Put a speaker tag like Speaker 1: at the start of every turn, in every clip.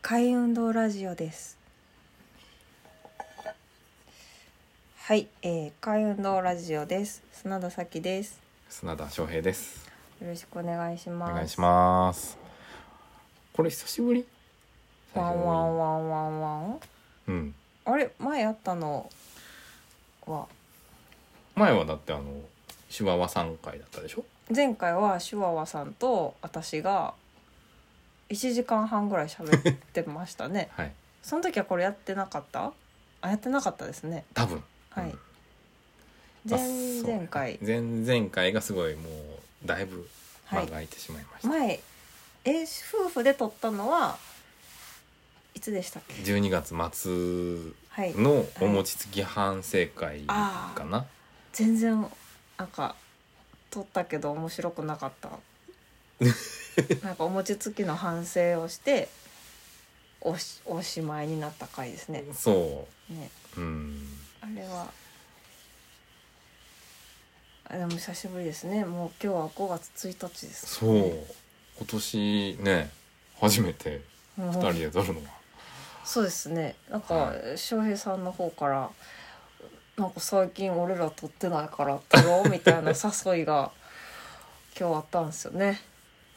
Speaker 1: 海運動ラジオですはい、えー、海運動ラジオです砂田咲です
Speaker 2: 砂田翔平です。
Speaker 1: よろしくお願いし
Speaker 2: お
Speaker 1: ます
Speaker 2: 願いします。これ久しぶり。
Speaker 1: ワンワンワンワンワン
Speaker 2: うん。
Speaker 1: あれ前あったのは
Speaker 2: 前はだってあの手話和三回だったでしょ。
Speaker 1: 前回はシュワワさんと私が1時間半ぐらい喋ってました ね
Speaker 2: はい。
Speaker 1: その時はこれやってなかったあやってなかったですね
Speaker 2: 多分。
Speaker 1: はい
Speaker 2: うんまあ
Speaker 1: 前々回
Speaker 2: そう前々回がすごいもうだいぶ間
Speaker 1: は
Speaker 2: が
Speaker 1: い
Speaker 2: 空いてしまいました。
Speaker 1: 前え夫婦で撮ったのはいつでしたっけ
Speaker 2: 12月末
Speaker 1: はい
Speaker 2: のお餅つき反省会
Speaker 1: あー
Speaker 2: かな。
Speaker 1: 全然なんか撮ったけど面白くなか ったなんかお餅つきの反省をしておしおしまいになった回ですね
Speaker 2: そ
Speaker 1: ね
Speaker 2: う。うん。
Speaker 1: あれはあでも久しぶりですねもう今日は5月1日です
Speaker 2: そう。今年ね初めて
Speaker 1: もう
Speaker 2: 二人で撮るのは。
Speaker 1: そうですねなんか、
Speaker 2: は
Speaker 1: 翔平さんの方からなんか最近俺ら撮ってないから撮 ろうみたいな誘いが今日あったんですよね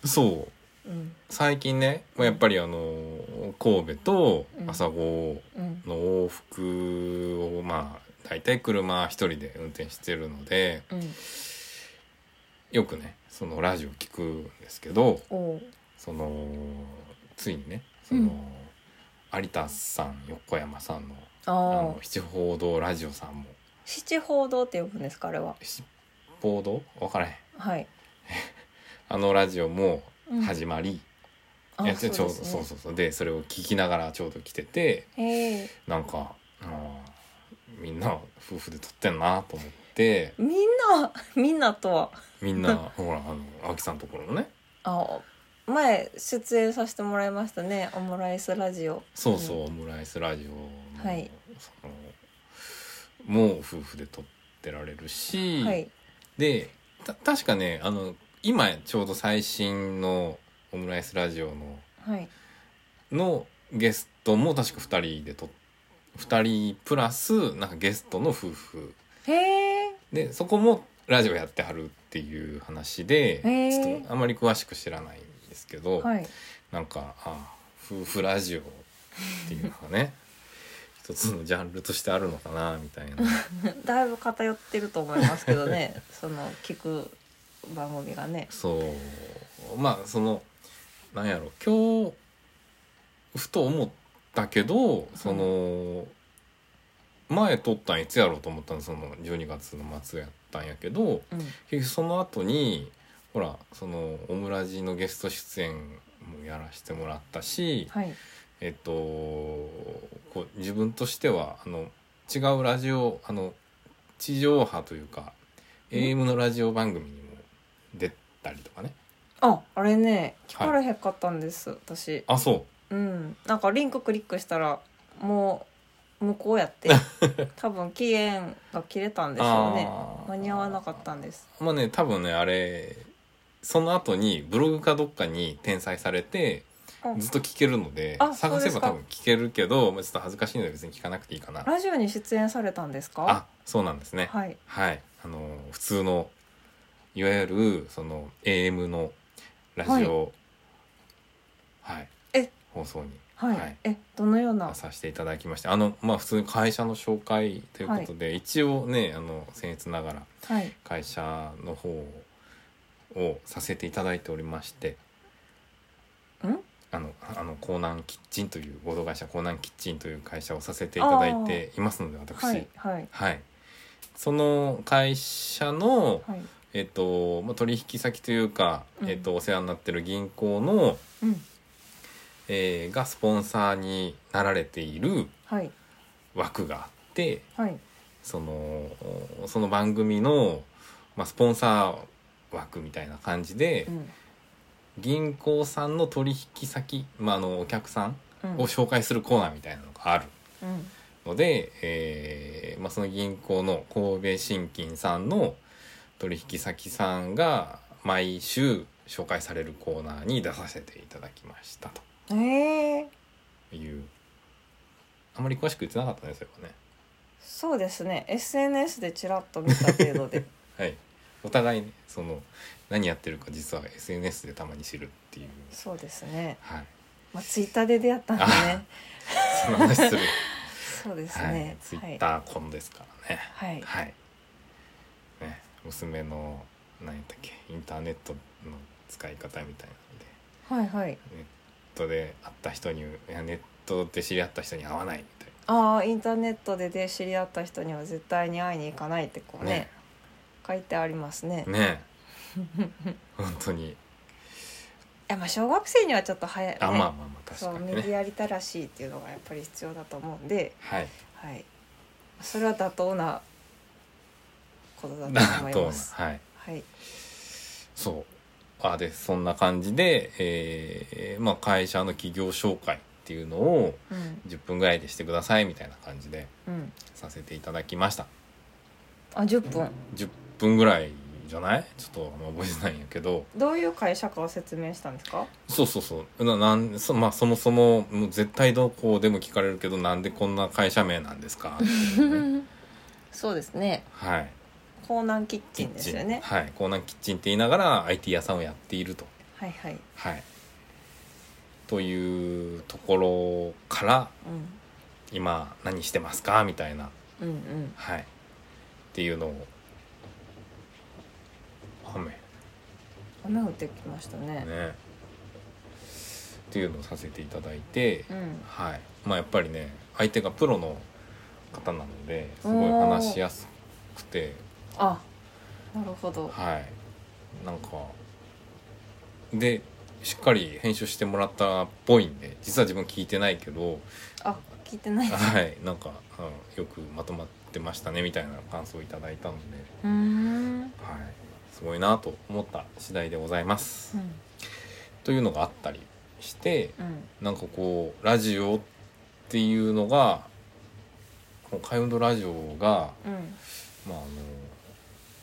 Speaker 2: そう。
Speaker 1: うん
Speaker 2: 最近ねまあやっぱりあの神戸と
Speaker 1: うん
Speaker 2: 朝子
Speaker 1: うん
Speaker 2: の往復をまあ大体車一人で運転してるので
Speaker 1: うん
Speaker 2: よくねそのラジオ聞くんですけど
Speaker 1: おう
Speaker 2: そのついにねその、有田さん横山さんのあ
Speaker 1: あ
Speaker 2: の
Speaker 1: あ
Speaker 2: 七宝堂ラジオさんも
Speaker 1: 七宝堂って呼ぶんですかあれは
Speaker 2: 七宝堂分からへん
Speaker 1: はい
Speaker 2: あのラジオも始まり、
Speaker 1: あ
Speaker 2: いやちょちょうど
Speaker 1: ですね
Speaker 2: そうそうそうでそれを聞きながらちょうど来てて
Speaker 1: へえ
Speaker 2: なんかあーみんな夫婦で撮ってんなと思って
Speaker 1: みんな みんなとは
Speaker 2: みんなほらあの秋さんのところのね
Speaker 1: あ前出演させてもらいましたねオムライスラジオ
Speaker 2: そうそう、オムライスラジオの,、
Speaker 1: はい
Speaker 2: そのもう夫婦で撮ってられるし、
Speaker 1: はい
Speaker 2: でた確かねあの今ちょうど最新のオムライスラジオの
Speaker 1: はい
Speaker 2: のゲストも確か2人で撮っ2人プラスなんかゲストの夫婦
Speaker 1: へえ
Speaker 2: でそこもラジオやってはるっていう話で
Speaker 1: へー
Speaker 2: ちょっとあまり詳しく知らないんですけど、
Speaker 1: はい
Speaker 2: なんかあ夫婦ラジオっていうのがね 一つのジャンルとしてあるのかなみた いな
Speaker 1: だいぶ偏ってると思いますけど ねその聞く番組がね
Speaker 2: そうまあそのなんやろ今日ふと思ったけどその、前撮ったんいつやろうと思ったのその12月の末やったんやけど、
Speaker 1: うん
Speaker 2: 結局その後にほらそのオムラジのゲスト出演もやらせてもらったし、
Speaker 1: はい
Speaker 2: えっとこう自分としてはあの違うラジオあの地上波というか
Speaker 1: うん
Speaker 2: AM のラジオ番組にも出たりとかね
Speaker 1: ああれね聞
Speaker 2: はい
Speaker 1: かれへんかったんです、私
Speaker 2: あそ
Speaker 1: うんなんかリンククリックしたらもう向こうやって 多分期限が切れたん
Speaker 2: う
Speaker 1: でしょうね
Speaker 2: あー
Speaker 1: 間に合わなかったんです
Speaker 2: まあね多分ねあれその後にブログかどっかに転載されて
Speaker 1: あ
Speaker 2: ずっと聞けるので
Speaker 1: あそう
Speaker 2: 探
Speaker 1: で
Speaker 2: せ
Speaker 1: す
Speaker 2: ば
Speaker 1: か
Speaker 2: 多分聞けるけどまあちょっと恥ずかしいので別に聞かなくていいかな
Speaker 1: ラジオに出演されたんですか
Speaker 2: あそうなんですねはい、
Speaker 1: はい
Speaker 2: あの普通のいわゆるその AM のラジオはい、
Speaker 1: え
Speaker 2: 放送に
Speaker 1: はい、
Speaker 2: はい
Speaker 1: えどのような
Speaker 2: させていただきましてあのまあ普通に会社の紹介ということで、一応ねあの僭越ながら
Speaker 1: はい
Speaker 2: 会社の方をさせていただいておりまして
Speaker 1: ん
Speaker 2: あのあの江南キッチンという合同会社江南キッチンという会社をさせていただいていますので私、
Speaker 1: はいはい
Speaker 2: はい、その会社の、
Speaker 1: はい
Speaker 2: えっとまあ、取引先というか、
Speaker 1: うん
Speaker 2: えっと、お世話になってる銀行の、
Speaker 1: うん
Speaker 2: えーがスポンサーになられている
Speaker 1: はい
Speaker 2: 枠があって
Speaker 1: はい
Speaker 2: そのその番組の、まあ、スポンサー枠みたいな感じで、
Speaker 1: うん
Speaker 2: 銀行さんの取引先、まあ、あのお客さん
Speaker 1: うん
Speaker 2: を紹介するコーナーみたいなのがある
Speaker 1: うん
Speaker 2: ので、えーまあ、その銀行の神戸信金さんの取引先さんが毎週紹介されるコーナーに出させていただきましたと。
Speaker 1: ええ
Speaker 2: いうあまり詳しく言ってなかったんですよね
Speaker 1: そうですね SNS でちらっと見た程度 で
Speaker 2: はいお互いねその何やってるか実は SNS でたまに知るっていう
Speaker 1: そうですね、
Speaker 2: はい
Speaker 1: まあ、ツイッターで出会ったんでね
Speaker 2: その話する
Speaker 1: そう です
Speaker 2: はい
Speaker 1: ね
Speaker 2: ツイ
Speaker 1: は
Speaker 2: ッ
Speaker 1: い、
Speaker 2: ター婚ですからね
Speaker 1: はい、
Speaker 2: はい、ね、娘の何やったっけインターネットの使い方みたいなので
Speaker 1: はいはい
Speaker 2: ネットで会った人にいやネットで知り合った人に会わないみたい
Speaker 1: ああインターネットでで知り合った人には絶対に会いに行かないってこう
Speaker 2: な
Speaker 1: ね書いてありますね
Speaker 2: ねね 本当に
Speaker 1: いやまあ小学生にはちょっと早い、ね
Speaker 2: あまあまあまあ確
Speaker 1: そ
Speaker 2: か
Speaker 1: う
Speaker 2: に
Speaker 1: メデ
Speaker 2: ね
Speaker 1: ィアリテラシーっていうのがやっぱり必要だと思うんで、
Speaker 2: はい
Speaker 1: はい、それは妥当なことだと思
Speaker 2: だ
Speaker 1: い
Speaker 2: と
Speaker 1: ます。
Speaker 2: はい
Speaker 1: はい、
Speaker 2: そうあでそんな感じで、えーまあ、会社の企業紹介っていうのを
Speaker 1: うん、
Speaker 2: 10分ぐらいでしてくださいみたいな感じで
Speaker 1: うん、
Speaker 2: させていただきました
Speaker 1: あ、十分。
Speaker 2: 10分ぐらいじゃないちょっとあんま覚えてないんやけど
Speaker 1: どういう会社かを説明したんですか。
Speaker 2: そうそうそうななんそ,、まあ、そもそももう絶対どこでも聞かれるけどなんでこんな会社名なんで すかっていうね
Speaker 1: そうですね。
Speaker 2: はい
Speaker 1: 江南キッチンで
Speaker 2: キ
Speaker 1: すよ
Speaker 2: ッ
Speaker 1: ね。
Speaker 2: はいコーナーキッチンって言いながら IT 屋さんをやっていると
Speaker 1: はいはい。
Speaker 2: はいというところから今何してますかみたいな
Speaker 1: うん、うん、うん。
Speaker 2: はいっていうのを雨
Speaker 1: 雨降ってきましたね。
Speaker 2: ねっていうのをさせていただいて、
Speaker 1: うん、
Speaker 2: はいまあやっぱりね相手がプロの方なのですごい話しやすくて
Speaker 1: あ、なるほど。
Speaker 2: はいなんかでしっかり編集してもらったっぽいんで実は自分聞いてないけど
Speaker 1: あ、聞いて ない。
Speaker 2: はいなんか、うん、よくまとまってましたねみたいな感想をいただいたので、
Speaker 1: うーん、うん、
Speaker 2: はい、すごいなと思った次第でございます。というのがあったりして
Speaker 1: うん、
Speaker 2: なんかこうラジオっていうのがこの海運動ラジオが、
Speaker 1: うん。
Speaker 2: まあ、あの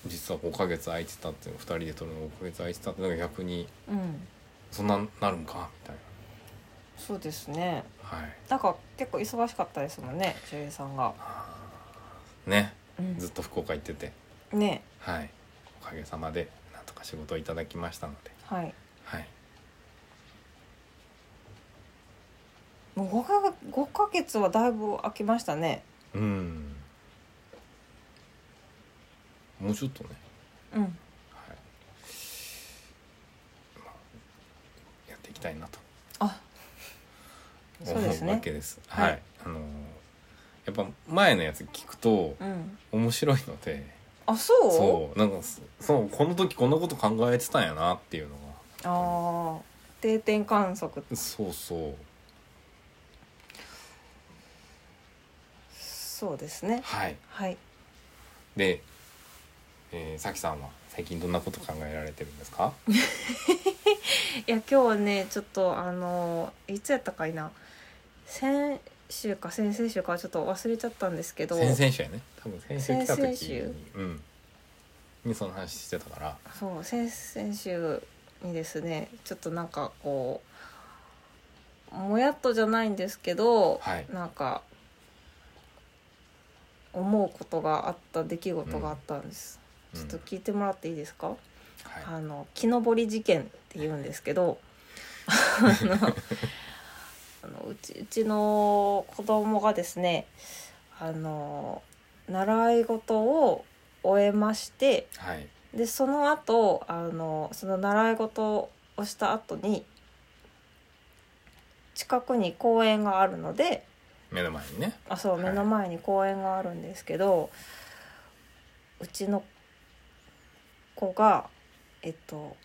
Speaker 2: 実は5ヶ月空いてたっていうの2人で撮るのが5ヶ月空いてたっていうのが逆に
Speaker 1: うん、
Speaker 2: そんななるんかみたい
Speaker 1: そうですね。
Speaker 2: なはい
Speaker 1: なんか結構忙しかったですもんね、女優さんが。
Speaker 2: ね
Speaker 1: うん
Speaker 2: ずっと福岡行ってて
Speaker 1: ね、
Speaker 2: はいおかげさまでなんとか仕事をいただきましたので
Speaker 1: はい。
Speaker 2: はい
Speaker 1: もう五か月五ヶ月はだいぶ空きましたね。
Speaker 2: うんもうちょっとね
Speaker 1: うん。
Speaker 2: はい、まあ、やっていきたいなと
Speaker 1: あ、そうですね
Speaker 2: 思うわけです。はい、
Speaker 1: はい
Speaker 2: あのーやっぱ前のやつ聞くと
Speaker 1: うん。
Speaker 2: 面白いので、
Speaker 1: あ、そう。
Speaker 2: そうなんかそそうこの時こんなこと考えてたんやなっていうの
Speaker 1: ああ、定点観測。
Speaker 2: が、そうそう
Speaker 1: そうですね。
Speaker 2: はい。
Speaker 1: はい。
Speaker 2: で、えー、さきさんは最近どんなこと考えられてるんですか？
Speaker 1: いや、今日はね、ちょっと、あのーいつやったかいな。先週か先々週か、ちょっと忘れちゃったんですけど。
Speaker 2: 先々週やね。多分先週来た時
Speaker 1: 先
Speaker 2: に
Speaker 1: 々、
Speaker 2: うん、にその話してたから、
Speaker 1: そう、先々週にですね、ちょっとなんかこう。もやっとじゃないんですけど、
Speaker 2: はい
Speaker 1: なんか。思うことがあった出来事があったんです。
Speaker 2: うん
Speaker 1: ちょっと聞いてもらっていいですか。
Speaker 2: はい
Speaker 1: あの木登り事件って言うんですけ どあのあのうちうちの子供がですねあの習い事を終えまして
Speaker 2: はい
Speaker 1: でその後あのその習い事をした後に近くに公園があるので
Speaker 2: 目の前にね。
Speaker 1: あそう
Speaker 2: はい
Speaker 1: 目の前に公園があるんですけど、うちの子がえっと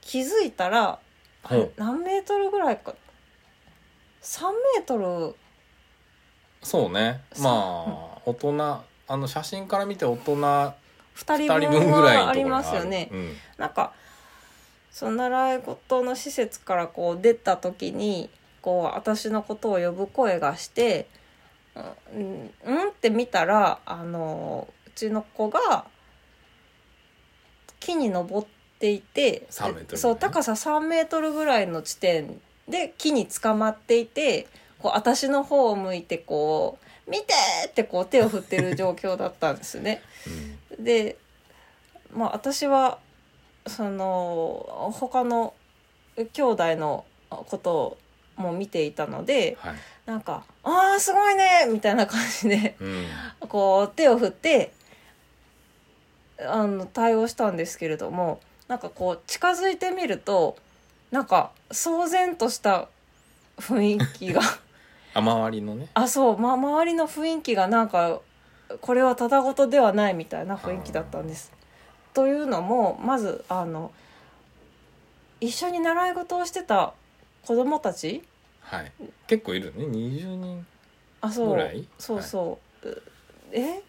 Speaker 1: 気づいたらあ
Speaker 2: ほう
Speaker 1: 何メートルぐらいか3メートル
Speaker 2: そうね
Speaker 1: そう
Speaker 2: まあ大人あの写真から見て大人
Speaker 1: 2
Speaker 2: 2
Speaker 1: 人分
Speaker 2: 人分ぐらいのところ
Speaker 1: はありますよね。
Speaker 2: うん
Speaker 1: なんかその習い事の施設からこう出た時にこう私のことを呼ぶ声がして「うんうん?」って見たらあのうちの子が木に登っていて
Speaker 2: 3メートルぐらいね
Speaker 1: そう高さ3メートルぐらいの地点で木に捕まっていてこう私の方を向いてこう「見て!」ってこう手を振ってる状況だったんですね。
Speaker 2: うん
Speaker 1: でまあ私はその他の兄弟のことをも見ていたので
Speaker 2: はい
Speaker 1: なんか「あーすごいね!」みたいな感じで
Speaker 2: うん
Speaker 1: こう手を振ってあの対応したんですけれどもなんかこう近づいてみるとなんか騒然とした雰囲気が
Speaker 2: あ周りのね
Speaker 1: あそう、ま、周りの雰囲気がなんかこれはただ事ではないみたいな雰囲気だったんです。というのもまずあの一緒に習い事をしてた子供たち
Speaker 2: はい結構いるね20人
Speaker 1: あそう
Speaker 2: ぐらい
Speaker 1: そうそう、え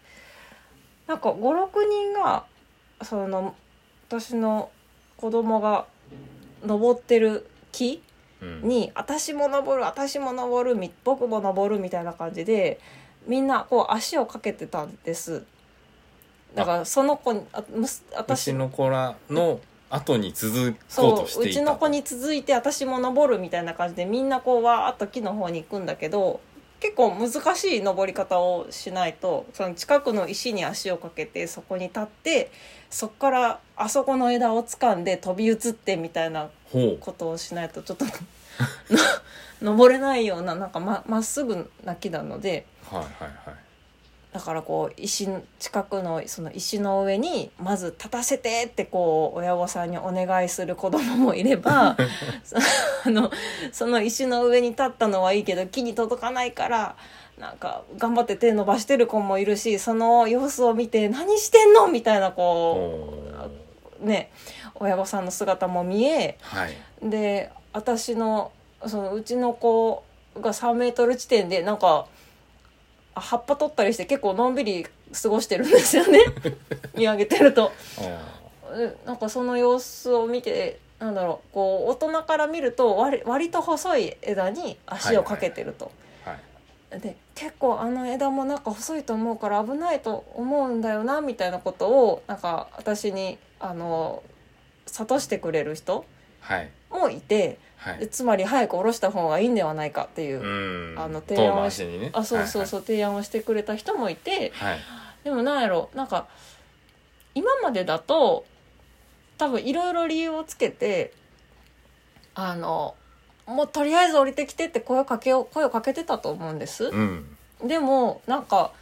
Speaker 1: なんか56人がその私の子供が登ってる木
Speaker 2: うん
Speaker 1: に「私も登る私も登るみ僕も登る」みたいな感じでみんなこう足をかけてたんですだからその子にあむす
Speaker 2: う
Speaker 1: 私
Speaker 2: ちの子らの後に続こう
Speaker 1: そ
Speaker 2: とし
Speaker 1: うう
Speaker 2: ていた
Speaker 1: ちの子に続いて私も登るみたいな感じでみんなこうわーっと木の方に行くんだけど結構難しい登り方をしないとその近くの石に足をかけてそこに立ってそこからあそこの枝を掴んで飛び移ってみたいな
Speaker 2: ほ
Speaker 1: ことをしないとちょっと の登れないようななんかままっすぐな木なので
Speaker 2: うはいはいはい
Speaker 1: だからこう石近くのその石の上にまず立たせてってこう親御さんにお願いする子供もいればそあのその石の上に立ったのはいいけど木に届かないからなんか頑張って手伸ばしてる子もいるしその様子を見て「何してんの?」みたいなこ
Speaker 2: おー
Speaker 1: うね親御さんの姿も見え
Speaker 2: はい
Speaker 1: で私のそのうちの子が3メートル地点でなんかあ葉っぱ取ったりして結構のんびり過ごしてるんです よね見上げてると。
Speaker 2: あ
Speaker 1: えなんかその様子を見てなんだろうこう大人から見ると割割と細い枝に足をかけてると。
Speaker 2: ーはい
Speaker 1: で結構あの枝もなんか細いと思うから危ないと思うんだよなみたいなことをなんか私にあの諭してくれる人
Speaker 2: はい
Speaker 1: もいて。
Speaker 2: は
Speaker 1: で
Speaker 2: い
Speaker 1: つまり早く下ろした方がいいんではないかっていう、
Speaker 2: うん
Speaker 1: あの
Speaker 2: 遠
Speaker 1: 提案を
Speaker 2: 回しにね
Speaker 1: あそうそう
Speaker 2: う
Speaker 1: そう提案をしてくれた人もいて
Speaker 2: はい
Speaker 1: でもなんやろなんか今までだと多分いろいろ理由をつけてあのもうとりあえず降りてきてって声をかけよう声をかけてたと思うんです。
Speaker 2: うん
Speaker 1: でもなんか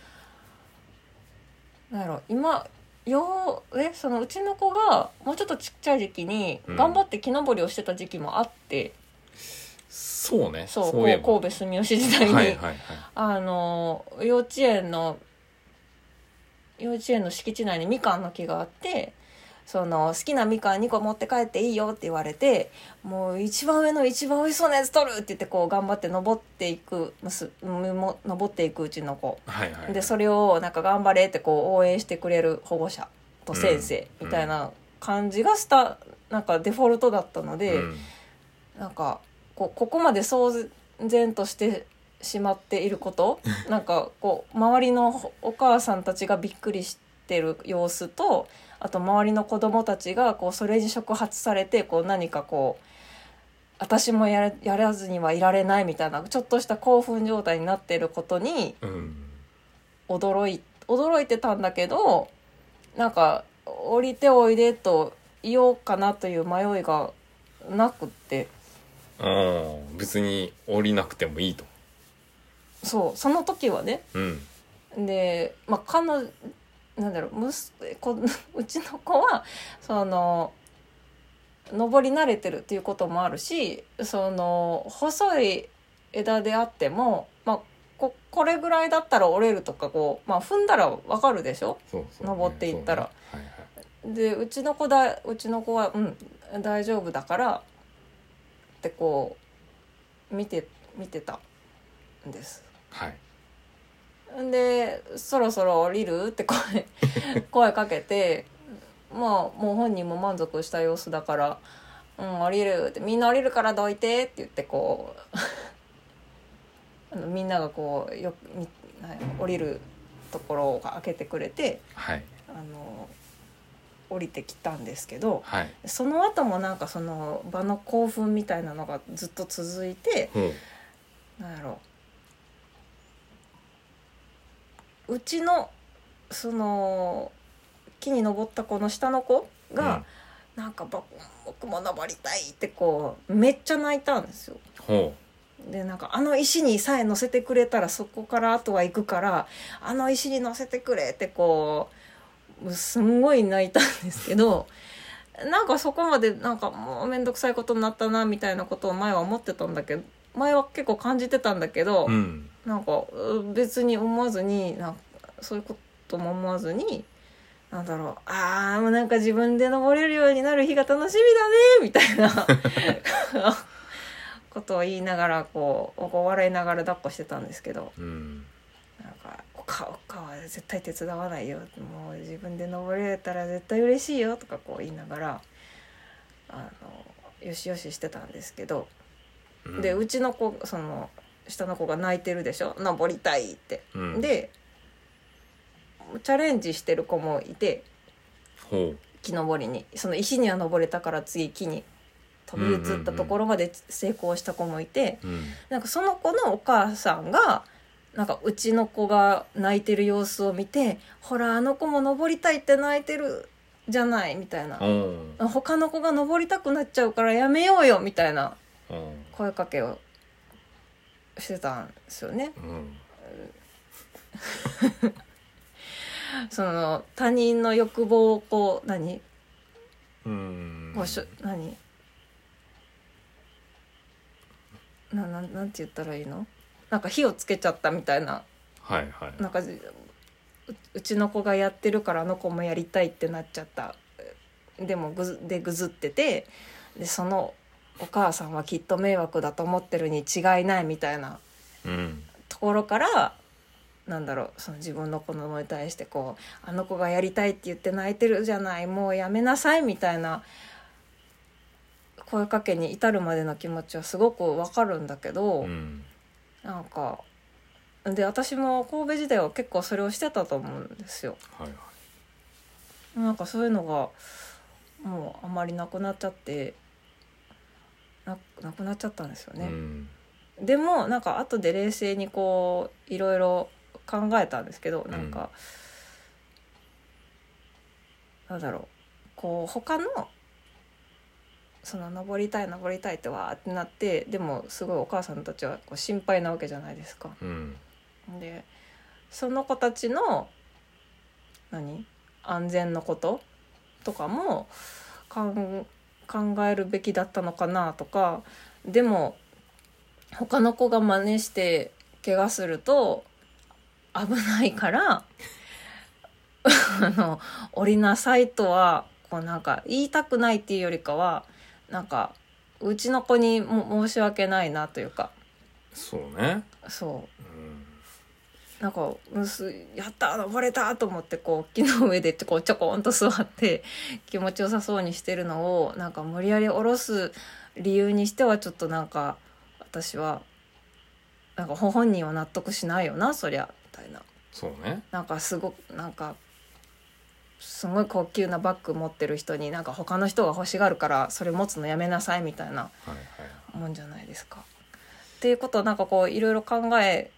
Speaker 1: なんやろ今ようえそのうちの子がもうちょっとちっちゃい時期に
Speaker 2: うん
Speaker 1: 頑張って木登りをしてた時期もあって、
Speaker 2: そうね
Speaker 1: そう
Speaker 2: いえば
Speaker 1: こう神戸住吉時代に、
Speaker 2: はいはいはい
Speaker 1: あの幼稚園の幼稚園の敷地内にみかんの木があってその好きなみかん2個持って帰っていいよって言われてもう一番上の一番美味しそうなやつ取るって言ってこう頑張って登っていくむすむも登っていくうちの子
Speaker 2: はいはい
Speaker 1: でそれをなんか頑張れってこう応援してくれる保護者と先生
Speaker 2: うん
Speaker 1: みたいな感じがしたなんかデフォルトだったので。
Speaker 2: うん
Speaker 1: なんかこうここまで騒然としてしまっていることなんかこう周りのお母さんたちがびっくりしてる様子とあと周りの子供たちがこうそれに触発されてこう何かこう私もやれやらずにはいられないみたいなちょっとした興奮状態になっていることに
Speaker 2: うん
Speaker 1: 驚い驚いてたんだけどなんか降りておいでと言おうかなという迷いがなくって。
Speaker 2: うん別に降りなくてもいいと
Speaker 1: そうその時はね
Speaker 2: うん
Speaker 1: でまあ彼女なんだろう息子 うちの子はその登り慣れてるっていうこともあるしその細い枝であっても、まあ、ここれぐらいだったら折れるとかこう、まあ、踏んだらわかるでしょ
Speaker 2: そうそう
Speaker 1: 登っていったら
Speaker 2: そうねはいはい
Speaker 1: でうちの子だうちの子はうん大丈夫だからってこう見て見てたんです。
Speaker 2: はい
Speaker 1: で「そろそろ降りる?」って声声かけてまあもう本人も満足した様子だから「うん降りる」って「みんな降りるからどいて」って言ってこう あのみんながこうよくみなんや降りるところを開けてくれて
Speaker 2: はい
Speaker 1: あの降りてきたんですけど
Speaker 2: はい
Speaker 1: その後もなんかその場の興奮みたいなのがずっと続いて
Speaker 2: ほう
Speaker 1: なんやろううちのその木に登った子の下の子が、なんかば僕も登りたいってこうめっちゃ泣いたんですよ。
Speaker 2: ほ
Speaker 1: でなんかあの石にさえ乗せてくれたらそこからあとは行くからあの石に乗せてくれってこうもうすんごい泣いたんですけどなんかそこまでなんかもう面倒くさいことになったなみたいなことを前は思ってたんだけど前は結構感じてたんだけど、
Speaker 2: ううん
Speaker 1: なんかう別に思わずになんかそういうことも思わずに。なんだろうあーもうなんか自分で登れるようになる日が楽しみだねみたいな ことを言いながらこうこう笑いながら抱っこしてたんですけど
Speaker 2: うん
Speaker 1: なんか「おかおかは絶対手伝わないよ」もう自分で登れたら絶対嬉しいよ」とかこう言いながらあのよしよししてたんですけど
Speaker 2: うん
Speaker 1: でうちの子その下の子が泣いてるでしょ登りたいって。
Speaker 2: うん
Speaker 1: でチャレンジしてる子もいて
Speaker 2: ほ
Speaker 1: 木登りにその石には登れたから次木に飛び移ったところまで成功した子もいて、
Speaker 2: ううん
Speaker 1: なんかその子のお母さんがなんかうちの子が泣いてる様子を見て「ほらあの子も登りたいって泣いてるじゃない」みたいな
Speaker 2: ほ
Speaker 1: 「
Speaker 2: う
Speaker 1: 他の子が登りたくなっちゃうからやめようよ」みたいな
Speaker 2: ほ
Speaker 1: 声かけをしてたんですよね。
Speaker 2: ううん
Speaker 1: その他人の欲望をこう何
Speaker 2: うん
Speaker 1: こうしょ何なななんて言ったらいいのなんか火をつけちゃったみたいな
Speaker 2: はいはい
Speaker 1: なんかううちの子がやってるからあの子もやりたいってなっちゃったでもぐずでぐずっててでそのお母さんはきっと迷惑だと思ってるに違いないみたいな
Speaker 2: うん
Speaker 1: ところからなんだろうその自分の子供に対してこう「あの子がやりたいって言って泣いてるじゃないもうやめなさい」みたいな声かけに至るまでの気持ちはすごくわかるんだけど。
Speaker 2: うん
Speaker 1: なんかで私も神戸時代は結構それをしてたと思うんですよ
Speaker 2: はいはい
Speaker 1: なんかそういうのがもうあまりなくなっちゃってななくなっちゃったんですよ
Speaker 2: う
Speaker 1: ね、
Speaker 2: ん
Speaker 1: でもなんか後で冷静にこういろいろ考えたんですけど
Speaker 2: ん
Speaker 1: なんか、なんだろうこう他のその登りたい登りたいってわーってなってでもすごいお母さんたちはこう心配なわけじゃないですか。
Speaker 2: うん
Speaker 1: でその子たちの何安全のこととかもかん考えるべきだったのかなとかでも他の子が真似して怪我すると危ないから あの降りなさいとはこうなんか言いたくないっていうよりかはなんかうちの子にも申し訳ないなというか
Speaker 2: そうね
Speaker 1: そう
Speaker 2: うん
Speaker 1: なんかうんすやったー登れたーと思ってこう木の上でこうちょこんと座って 気持ちよさそうにしてるのをなんか無理やり下ろす理由にしてはちょっとなんか私はなんかほ本人は納得しないよなそりゃみたいな
Speaker 2: そうね
Speaker 1: なんかすごくなんかすごい高級なバッグ持ってる人になんか他の人が欲しがるからそれ持つのやめなさいみたいな
Speaker 2: はいはい
Speaker 1: もんじゃないですか。っていうことをなんかこういろいろ考え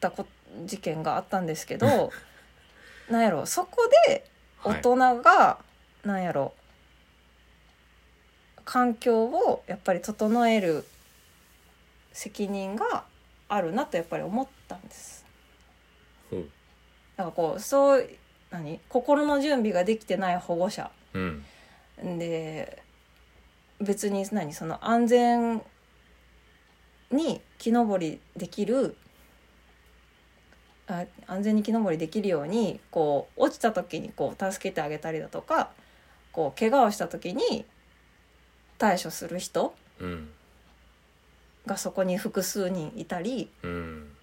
Speaker 1: たこ事件があったんですけどなんやろそこで
Speaker 2: は
Speaker 1: 大
Speaker 2: い
Speaker 1: 人が、なんやろ環境をやっぱり整える責任があるなとやっぱり思ったんです。
Speaker 2: ほう
Speaker 1: なんかこうそう何心の準備ができてない保護者
Speaker 2: うん
Speaker 1: で別に何その安全に木登りできるあ安全に木登りできるようにこう落ちた時にこう助けてあげたりだとかこう怪我をした時に対処する人
Speaker 2: うん
Speaker 1: がそこに複数人いたり
Speaker 2: うん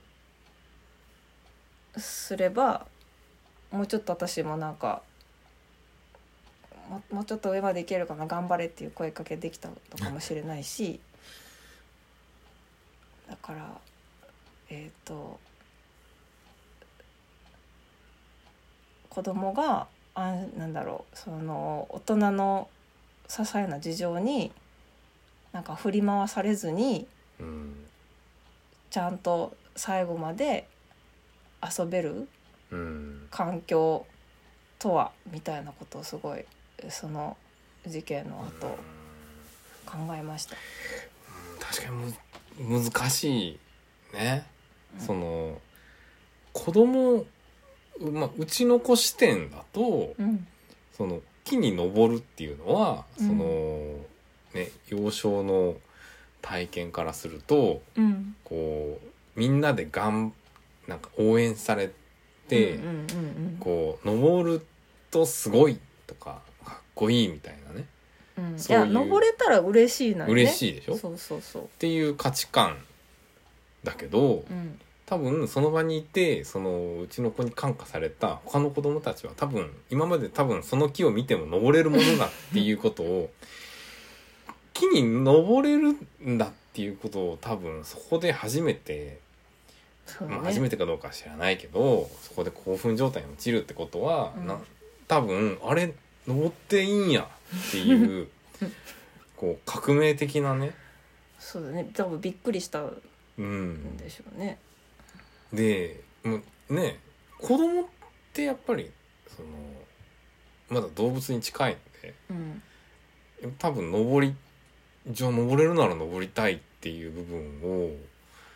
Speaker 1: すればもうちょっと私もなんかももうちょっと上まで行けるかな頑張れっていう声かけできたのかもしれないしだからえっ、と子供があんなんだろうその大人の些細な事情になんか振り回されずに
Speaker 2: うん
Speaker 1: ちゃんと最後まで遊べる
Speaker 2: うん
Speaker 1: 環境とはみたいなことをすごいその事件の後考えました。
Speaker 2: 確かにむ難しいね、
Speaker 1: うん
Speaker 2: その子供うまあうちの子視点だと、
Speaker 1: うん
Speaker 2: その木に登るっていうのは、
Speaker 1: うん
Speaker 2: そのね幼少の体験からすると
Speaker 1: うん
Speaker 2: こうみんなでがんなんか応援されて、
Speaker 1: うんうんうん
Speaker 2: こう登るとすごいとかかっこいいみたいなね
Speaker 1: うん、い
Speaker 2: そうい
Speaker 1: や
Speaker 2: う
Speaker 1: 登れたら嬉しいな
Speaker 2: 嬉しいでしょ
Speaker 1: そうそうそう
Speaker 2: っていう価値観だけど
Speaker 1: うん
Speaker 2: 多分その場にいてそのうちの子に感化された他の子供たちは多分今まで多分その木を見ても登れるものだっていうことを木に登れるんだっていうことを多分そこで初めて、
Speaker 1: そうね
Speaker 2: まあ、初めてかどうかは知らないけどそこで興奮状態に陥るってことは、
Speaker 1: うん
Speaker 2: な多分あれ登っていいんやって いうこう革命的なね、
Speaker 1: そうだね多分びっくりしたん
Speaker 2: うん、
Speaker 1: でしょうね、
Speaker 2: でもうね子供ってやっぱりそのまだ動物に近いんで
Speaker 1: うん
Speaker 2: 多分登りじゃあ登れるなら登りたいっていう部分を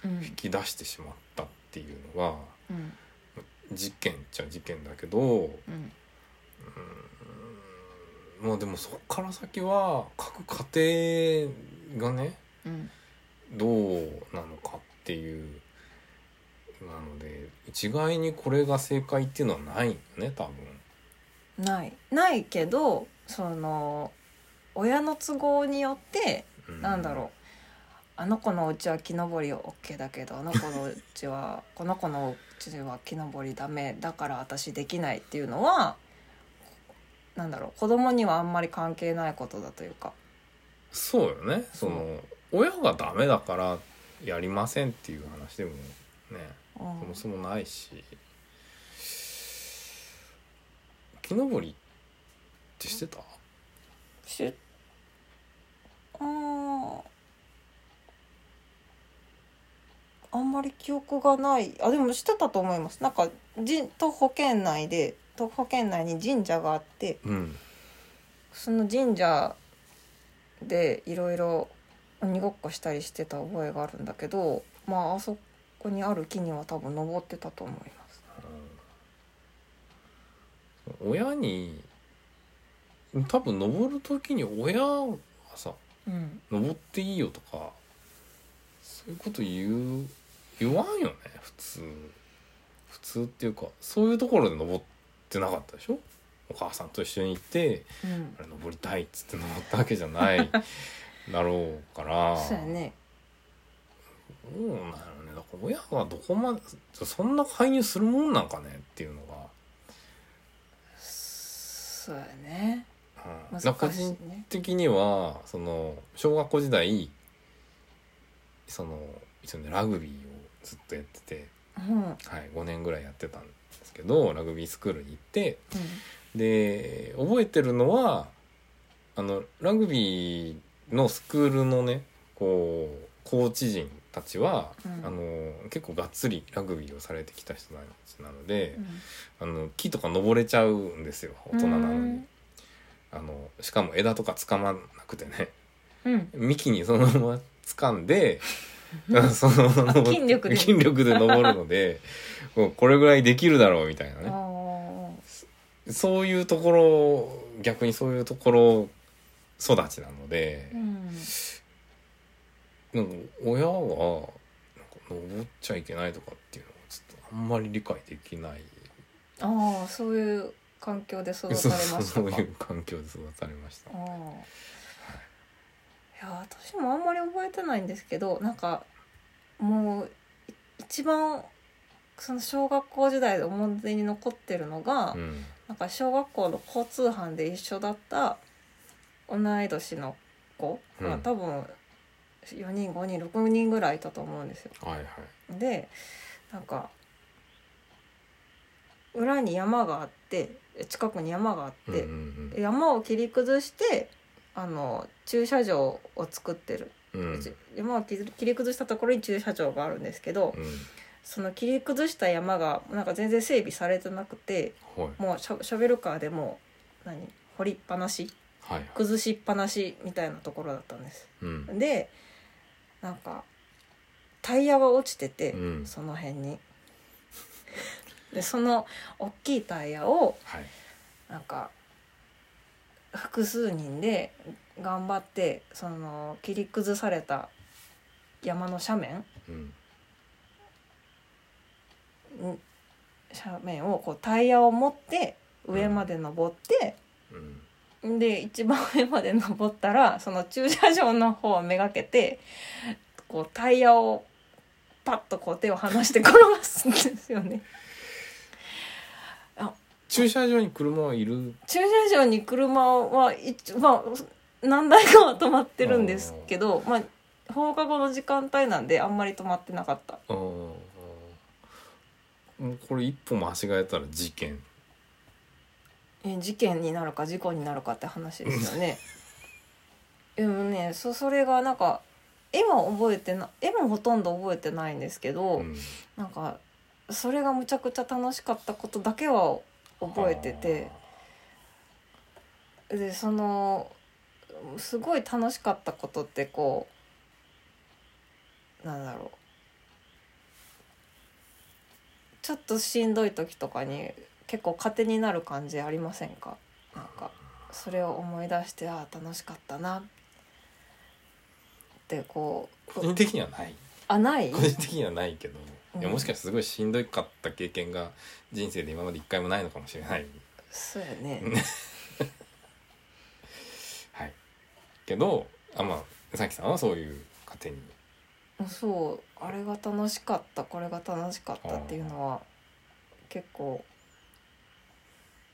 Speaker 1: うん
Speaker 2: 引き出してしまったっていうのが
Speaker 1: うん
Speaker 2: 事件っちゃ事件だけど
Speaker 1: うん
Speaker 2: まあでもそこから先は各家庭がね
Speaker 1: うん
Speaker 2: どうなのかっていうなので一概にこれが正解っていうのはないよね多分。
Speaker 1: ないないけどその親の都合によって
Speaker 2: うん
Speaker 1: なんだろうあの子のうちは木登り OK だけどあの子のうちは この子のうちは木登りダメだから私できないっていうのはなんだろう子供にはあんまり関係ないことだというか
Speaker 2: そうよねその親がダメだからやりませんっていう話でもね
Speaker 1: うん
Speaker 2: そもそもないし木登りってしてた
Speaker 1: しうんあんまり記憶がないあでもしてたと思いますなんかじ徒歩圏内で徒歩圏内に神社があって
Speaker 2: うん
Speaker 1: その神社でいろいろ鬼ごっこしたりしてた覚えがあるんだけどまああそこにある木には多分登ってたと思います。
Speaker 2: 親に多分登る時に親がさ
Speaker 1: うん、
Speaker 2: 登っていいよとかそういうこと言う言わんよね普通普通っていうかそういうところで登ってなかったでしょお母さんと一緒に行って
Speaker 1: うん
Speaker 2: あ、れ登りたいっつって登ったわけじゃない だろうから
Speaker 1: そうやね
Speaker 2: どうなんやろねだから親がどこまでそんな介入するもんなんかねっていうの
Speaker 1: そうやね
Speaker 2: が、うん、
Speaker 1: 難
Speaker 2: だから個
Speaker 1: しい
Speaker 2: 人
Speaker 1: ね。
Speaker 2: 的にはその小学校時代その一応ねラグビーをずっとやってて、
Speaker 1: うんうん
Speaker 2: はい、5年ぐらいやってたんですけどラグビースクールに行ってで覚えてるのはあのラグビーのスクールのねこうコーチ陣たちは、
Speaker 1: うん
Speaker 2: あの結構がっつりラグビーをされてきた人たちなので、
Speaker 1: うん
Speaker 2: あの木とか登れちゃうんですよ大人なの
Speaker 1: う
Speaker 2: に
Speaker 1: ん。
Speaker 2: あのしかも枝とか掴まなくてね
Speaker 1: うん、
Speaker 2: 幹にそのまま掴ん でそのまま登っ
Speaker 1: 筋力で
Speaker 2: 筋力で登るの でこうこれぐらいできるだろうみたいなね。
Speaker 1: あ
Speaker 2: そういうところ逆にそういうところ育ちなので
Speaker 1: ー、うん、
Speaker 2: なんか親はなんか登っちゃいけないとかっていうのはちょっとあんまり理解できない
Speaker 1: ああそういう環境で育たれま
Speaker 2: そう
Speaker 1: した
Speaker 2: そう
Speaker 1: か
Speaker 2: そういう環境で育たれました
Speaker 1: あー。いや私もあんまり覚えてないんですけどなんかもうい一番その小学校時代で思い出に残ってるのが、
Speaker 2: うん
Speaker 1: なんか小学校の交通班で一緒だった同い年の子が、
Speaker 2: うん
Speaker 1: 多分4人5人6人ぐらいいたと思うんですよ。
Speaker 2: はいはい
Speaker 1: でなんか裏に山があって近くに山があ
Speaker 2: う
Speaker 1: っ
Speaker 2: んう
Speaker 1: て、
Speaker 2: ん
Speaker 1: 山を切り崩してあの駐車場を作ってる、
Speaker 2: うんうん
Speaker 1: じ山を切り切り崩したところに駐車場があるんですけど、
Speaker 2: うん
Speaker 1: その切り崩した山がなんか全然整備されてなくて
Speaker 2: はい
Speaker 1: もうショショベルカーでもう何掘りっぱなし
Speaker 2: はいはい
Speaker 1: 崩しっぱなしみたいなところだったんです。
Speaker 2: うん
Speaker 1: でなんかタイヤが落ちてて、
Speaker 2: うん
Speaker 1: その辺に。でその大きいタイヤを
Speaker 2: はい
Speaker 1: なんか複数人で頑張ってその切り崩された山の斜面
Speaker 2: うん
Speaker 1: ん斜面をこうタイヤを持って上まで登って、
Speaker 2: うん
Speaker 1: で一番 上まで登ったらその駐車場の方をめがけてこうタイヤをパッとこう手を離して転がすんですよね。
Speaker 2: 駐車場に車はいる
Speaker 1: 駐車場に車は一、まあ、何台かは止まってるんですけど、まあ、放課後の時間帯なんであんまり止まってなかった
Speaker 2: あーもうこれ一歩間違えたら事件
Speaker 1: え事件になるか事故になるかって話ですよ ね。でもねそそれがなんか絵は覚えてな絵もほとんど覚えてないんですけど、
Speaker 2: うん
Speaker 1: なんかそれがむちゃくちゃ楽しかったことだけは覚えてて。でそのすごい楽しかったことってこうなんだろうちょっとしんどい時とかに結構糧になる感じありませんかなんかそれを思い出してああ楽しかったなってこ
Speaker 2: あー個
Speaker 1: う
Speaker 2: 人的にはない
Speaker 1: あない
Speaker 2: 個人的にはないけど、
Speaker 1: うん
Speaker 2: いやもしかしてすごいしんどかった経験が人生で今まで一回もないのかもしれない、
Speaker 1: そうやね
Speaker 2: はい、けどあまあさきさんはそういう家庭に
Speaker 1: そうあれが楽しかったこれが楽しかったっていうのは結構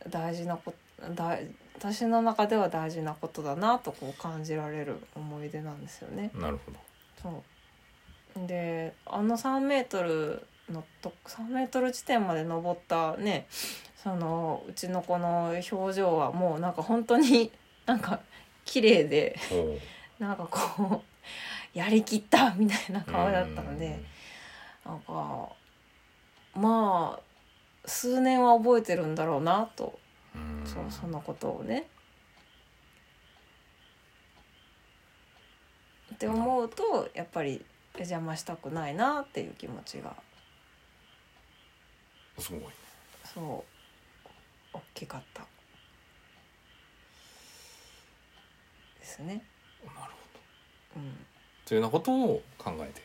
Speaker 1: 大事なことだ私の中では大事なことだなとこう感じられる思い出なんですよね。
Speaker 2: なるほど
Speaker 1: そうであの3メートルのと3メートル地点まで登ったねそのうちの子の表情はもうなんか本当に なんか綺麗で
Speaker 2: おう
Speaker 1: なんかこうやりきったみたいな顔だったので。なんかまあ数年は覚えてるんだろうなと、
Speaker 2: うん
Speaker 1: そうそのことをね。って思うとやっぱり邪魔したくないなっていう気持ちが
Speaker 2: すごい
Speaker 1: そう大きかったですね。
Speaker 2: なるほど
Speaker 1: うん、
Speaker 2: というようなことを考えて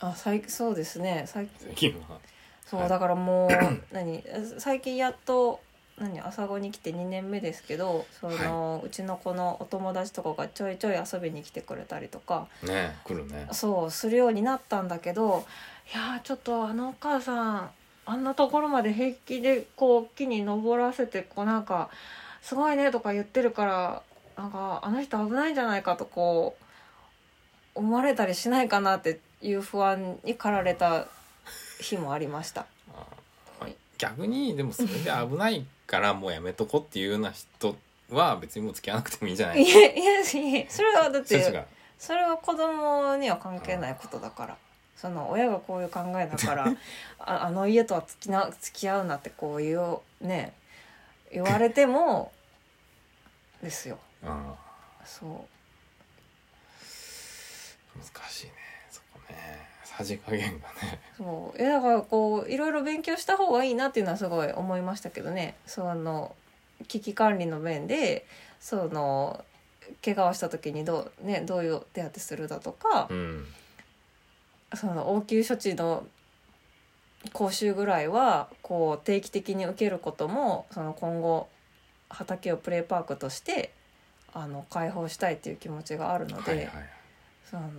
Speaker 1: あ最近そうですね最近
Speaker 2: 最近は
Speaker 1: そう、
Speaker 2: はい
Speaker 1: だからもう 何最近やっと何朝子に来て2年目ですけどその、うちの子のお友達とかがちょいちょい遊びに来てくれたりとか
Speaker 2: ね来るね
Speaker 1: そうするようになったんだけどいやーちょっとあのお母さんあんなところまで平気でこう木に登らせてこうなんか「すごいね」とか言ってるからなんかあの人危ないんじゃないかとこう思われたりしないかなっていう不安に駆られた日もありました。
Speaker 2: あーまあ逆にでもそれで危ないからもうやめとこっていうような人は別にもう付き合わなくてもいいんじゃない
Speaker 1: い
Speaker 2: い
Speaker 1: やいやいやそれはだっ
Speaker 2: 人たち
Speaker 1: て
Speaker 2: が
Speaker 1: それは子供には関係ないことだからその親がこういう考えだから ああの家とは付きな付き合うなってこういうね言われてもですよ
Speaker 2: うん
Speaker 1: そ
Speaker 2: 難しいねそこねさじ加減がね
Speaker 1: うそういやだからこういろいろ勉強した方がいいなっていうのはすごい思いましたけどねその危機管理の面でその怪我をした時にどう,、ね、どういう手当てするだとか、
Speaker 2: うん
Speaker 1: その応急処置の講習ぐらいはこう定期的に受けることもその今後畑をプレーパークとしてあの開放したいっていう気持ちがあるので、
Speaker 2: はいはい
Speaker 1: その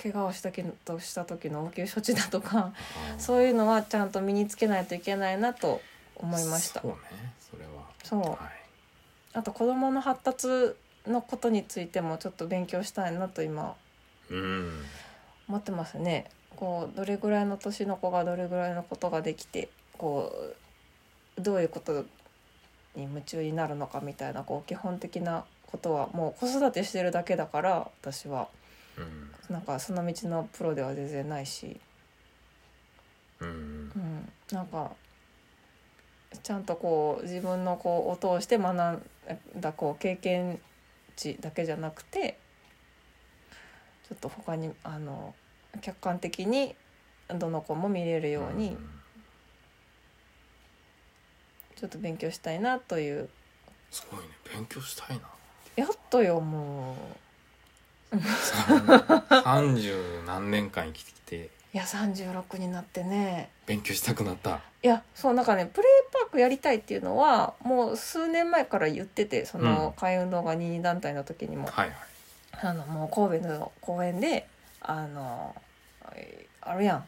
Speaker 1: 怪我をした時とした時の応急処置だとか そういうのはちゃんと身につけないといけないなと思いました
Speaker 2: そう。ねそれは
Speaker 1: そう
Speaker 2: はい
Speaker 1: あと子どもの発達のことについてもちょっと勉強したいなと今
Speaker 2: うん
Speaker 1: 思ってますね。こうどれぐらいの年の子がどれぐらいのことができてこうどういうことに夢中になるのかみたいなこう基本的なことはもう子育てしてるだけだから私は
Speaker 2: うん
Speaker 1: なんかその道のプロでは全然ないし。
Speaker 2: うん
Speaker 1: うん、なんかちゃんとこう自分のこうを通して学んだこう経験値だけじゃなくてちょっと他にあの客観的にどの子も見れるようにちょっと勉強したいなという
Speaker 2: すごいね勉強したいな
Speaker 1: やっとよも
Speaker 2: 三十何年間生きてきて
Speaker 1: ういや36になってね
Speaker 2: 勉強したくなった
Speaker 1: いやそうなんかねプレイパークやりたいっていうのはもう数年前から言っててその海運動が22団体の時にも。
Speaker 2: はいはい
Speaker 1: あのもう神戸の公園であのえーあるやん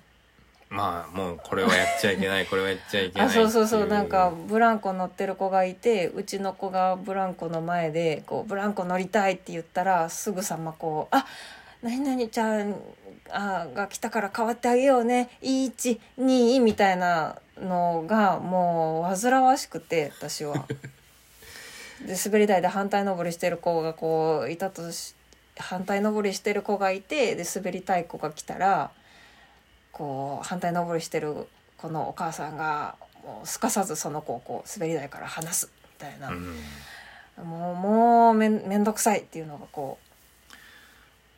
Speaker 2: まあもうこれはやっちゃい けないこれはやっちゃいけない
Speaker 1: あ
Speaker 2: ってい
Speaker 1: そうそうそうなんかブランコ乗ってる子がいてうちの子がブランコの前でこうブランコ乗りたいって言ったらすぐさまこう「あ何々ちゃんあが来たから変わってあげようね122」みたいなのがもう煩わしくて私は。で滑り台で反対登りしてる子がこういたとし反対登りしてる子がいてで滑りたい子が来たらこう反対登りしてるこのお母さんがもうすかさずその子をこう滑り台から離すみたいな、
Speaker 2: うん
Speaker 1: もうもうめんめんどくさいっていうのがこ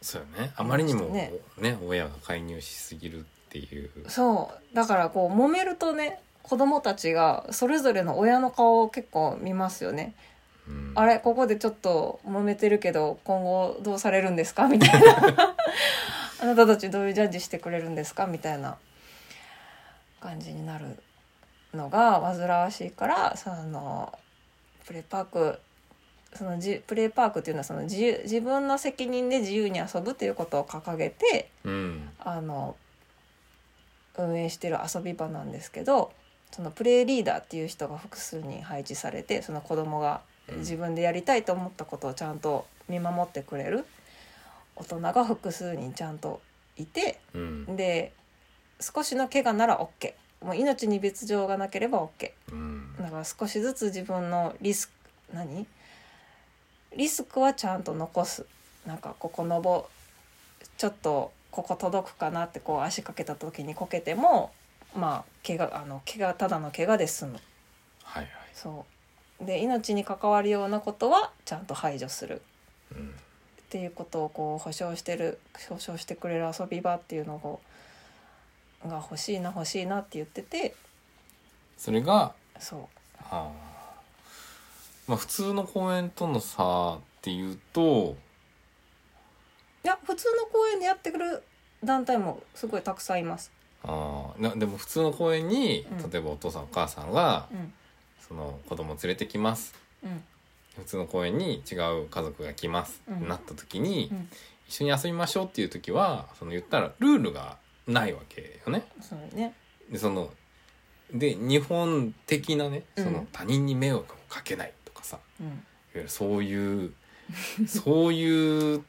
Speaker 2: そうよねあまりにも
Speaker 1: ね
Speaker 2: ね親が介入しすぎるっていう
Speaker 1: うそうだからこう揉めるとね子供たちがそれぞれの親の顔を結構見ますよね、
Speaker 2: うん
Speaker 1: あれここでちょっと揉めてるけど今後どうされるんですかみ たいな あなたたちどういうジャッジしてくれるんですかみたいな感じになるのが煩わしいからそのプレイパークそのじプレイパークっていうのはその自由自分の責任で自由に遊ぶということを掲げて
Speaker 2: うん
Speaker 1: あの運営してる遊び場なんですけどそのプレイリーダーっていう人が複数人配置されてその子供が
Speaker 2: うん
Speaker 1: 自分でやりたいと思ったことをちゃんと見守ってくれる大人が複数人ちゃんといて
Speaker 2: うん
Speaker 1: で少しの怪我なら OK もう命に別状がなければ OK
Speaker 2: うん
Speaker 1: だから少しずつ自分のリスク何リスクはちゃんと残すなんかここのぼちょっとここ届くかなってこう足かけた時にこけてもまあ怪我あの怪我ただの怪我で済む
Speaker 2: はいはい
Speaker 1: そうで命に関わるようなことはちゃんと排除する
Speaker 2: うん
Speaker 1: っていうことをこう保証してる保証してくれる遊び場っていうのをが欲しいな欲しいなって言ってて
Speaker 2: それが
Speaker 1: そう
Speaker 2: あーまあ普通の公園との差っていうと
Speaker 1: いや普通の公園でやってくる団体もすごいたくさんいます。
Speaker 2: あーなでも普通の公園に
Speaker 1: うん
Speaker 2: 例えばお父さんお母さんが
Speaker 1: うん
Speaker 2: その子供連れてきます
Speaker 1: うん
Speaker 2: 普通の公園に違う家族が来ます
Speaker 1: うん
Speaker 2: ってなった時に
Speaker 1: うん、
Speaker 2: 一緒に遊びましょうっていう時はその言ったらルールがないわけよね。
Speaker 1: そうね。
Speaker 2: でそので日本的なねそ
Speaker 1: うん
Speaker 2: の他人に迷惑をかけないとかさ、
Speaker 1: うん
Speaker 2: いわゆるそういう そういう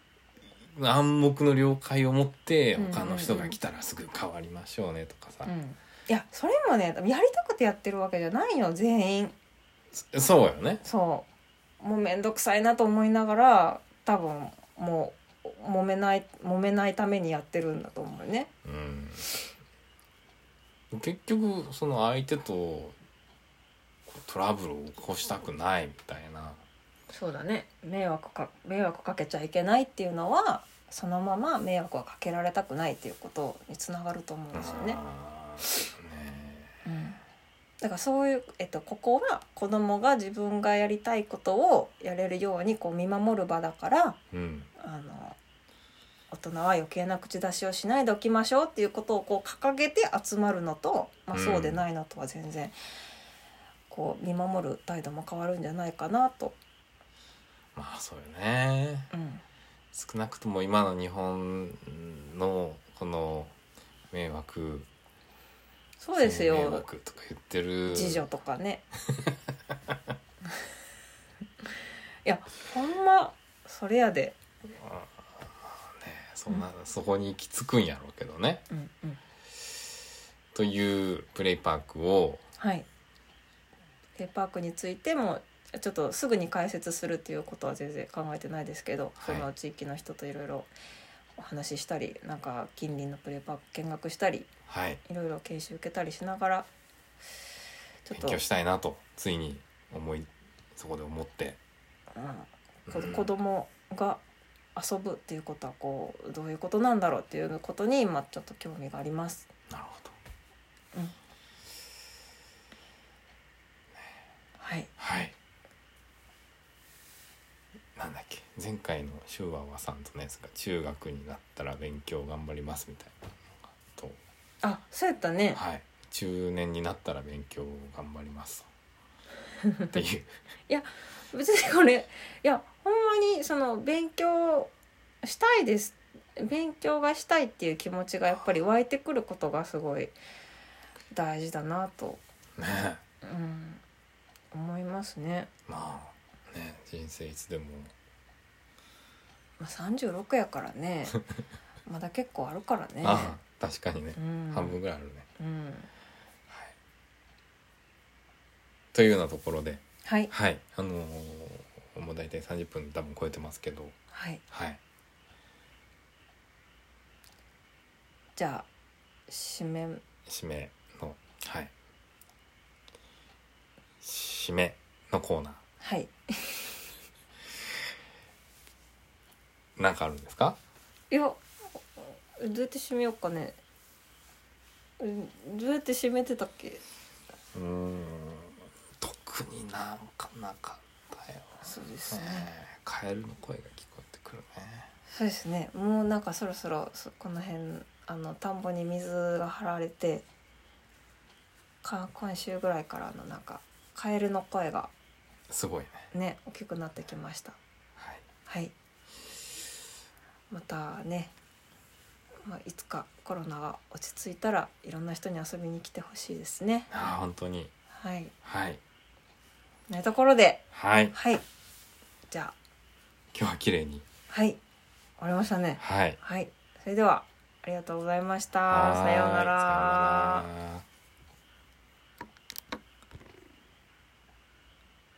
Speaker 2: 暗黙の了解を持って
Speaker 1: うんうんうん
Speaker 2: 他の人が来たらすぐ変わりましょうねとかさ、
Speaker 1: うん。いやそれもねやりたくてやってるわけじゃないよ全員。
Speaker 2: そそうよね
Speaker 1: そうもうめんどくさいなと思いながら多分もう揉めない揉めないためにやってるんだと思うね。
Speaker 2: うん、結局その相手とこうトラブルを起こしたくないみたいな
Speaker 1: そうだね。迷惑か迷惑かけちゃいけないっていうのはそのまま迷惑はかけられたくないっていうことにつながると思うんですよね。
Speaker 2: あーね
Speaker 1: だからそういう、えっと、ここは子供が自分がやりたいことをやれるようにこう見守る場だから
Speaker 2: うん
Speaker 1: あの大人は余計な口出しをしないでおきましょうっていうことをこう掲げて集まるのと、まあ、
Speaker 2: うん
Speaker 1: そうでないのとは全然、こう見守る態度も変わるんじゃないかなと。
Speaker 2: まあそうよね
Speaker 1: うん
Speaker 2: 少なくとも今の日本のこの迷惑
Speaker 1: そうです
Speaker 2: 迷
Speaker 1: よ
Speaker 2: 惑とか言ってる
Speaker 1: 次女とか ねいやほんまそれやで
Speaker 2: ねそんな、そこに行き着くんやろうけどね
Speaker 1: うんうん
Speaker 2: というプレイパークを
Speaker 1: はい。でパークについてもちょっとすぐに解説するっていうことは全然考えてないですけど、
Speaker 2: はい
Speaker 1: その地域の人といろいろお話ししたりなんか近隣のプレーパーク見学したり
Speaker 2: はい
Speaker 1: いろいろ研修受けたりしながらちょっと
Speaker 2: 勉強したいなとついに思いそこで思って
Speaker 1: うんこ
Speaker 2: うん
Speaker 1: 子供が遊ぶっていうことはこうどういうことなんだろうっていうことに今ちょっと興味があります。
Speaker 2: なるほど
Speaker 1: はい、
Speaker 2: はいなんだっけ前回のシューアワさんとのやつが中学になったら勉強頑張りますみたいなのがと
Speaker 1: あそうやったね、
Speaker 2: はい中年になったら勉強頑張りますとっていう
Speaker 1: 別にこれいやほんまにその勉強したいです勉強がしたいっていう気持ちがやっぱり湧いてくることがすごい大事だなと、
Speaker 2: ねえ
Speaker 1: うん、思いますね。
Speaker 2: まあね人生いつでも
Speaker 1: まあ、36やから ねまだ結構あるからね。
Speaker 2: ああ確かにね
Speaker 1: う、ん、
Speaker 2: 半分ぐらいあるね、
Speaker 1: うん
Speaker 2: はい、というようなところで
Speaker 1: はい
Speaker 2: はいあのーもう大体30分多分超えてますけど
Speaker 1: はい
Speaker 2: はい
Speaker 1: じゃあ締め
Speaker 2: 締めのはい締めのコーナ
Speaker 1: はい
Speaker 2: ーなんかあるんですか
Speaker 1: いやどうやって締めようかねうんどうやって締めてたっけ
Speaker 2: うーん特になんかなかったよ
Speaker 1: そうです
Speaker 2: ね
Speaker 1: ね
Speaker 2: えカエルの声が聞こえてくるね
Speaker 1: そうですねもうなんかそろそろそこの辺あの田んぼに水が張られてか今週ぐらいからあのなんかカエルの声が
Speaker 2: すごいね
Speaker 1: ね大きくなってきました
Speaker 2: はい
Speaker 1: はいまたね、まあ、いつかコロナが落ち着いたらいろんな人に遊びに来てほしいですね
Speaker 2: ああ本当に
Speaker 1: はい
Speaker 2: はい
Speaker 1: なところで
Speaker 2: はい
Speaker 1: はいじゃあ
Speaker 2: 今日は綺麗に
Speaker 1: はい終わりましたね
Speaker 2: はい
Speaker 1: はいそれではありがとうございました
Speaker 2: はーい
Speaker 1: さようなら
Speaker 2: さようなら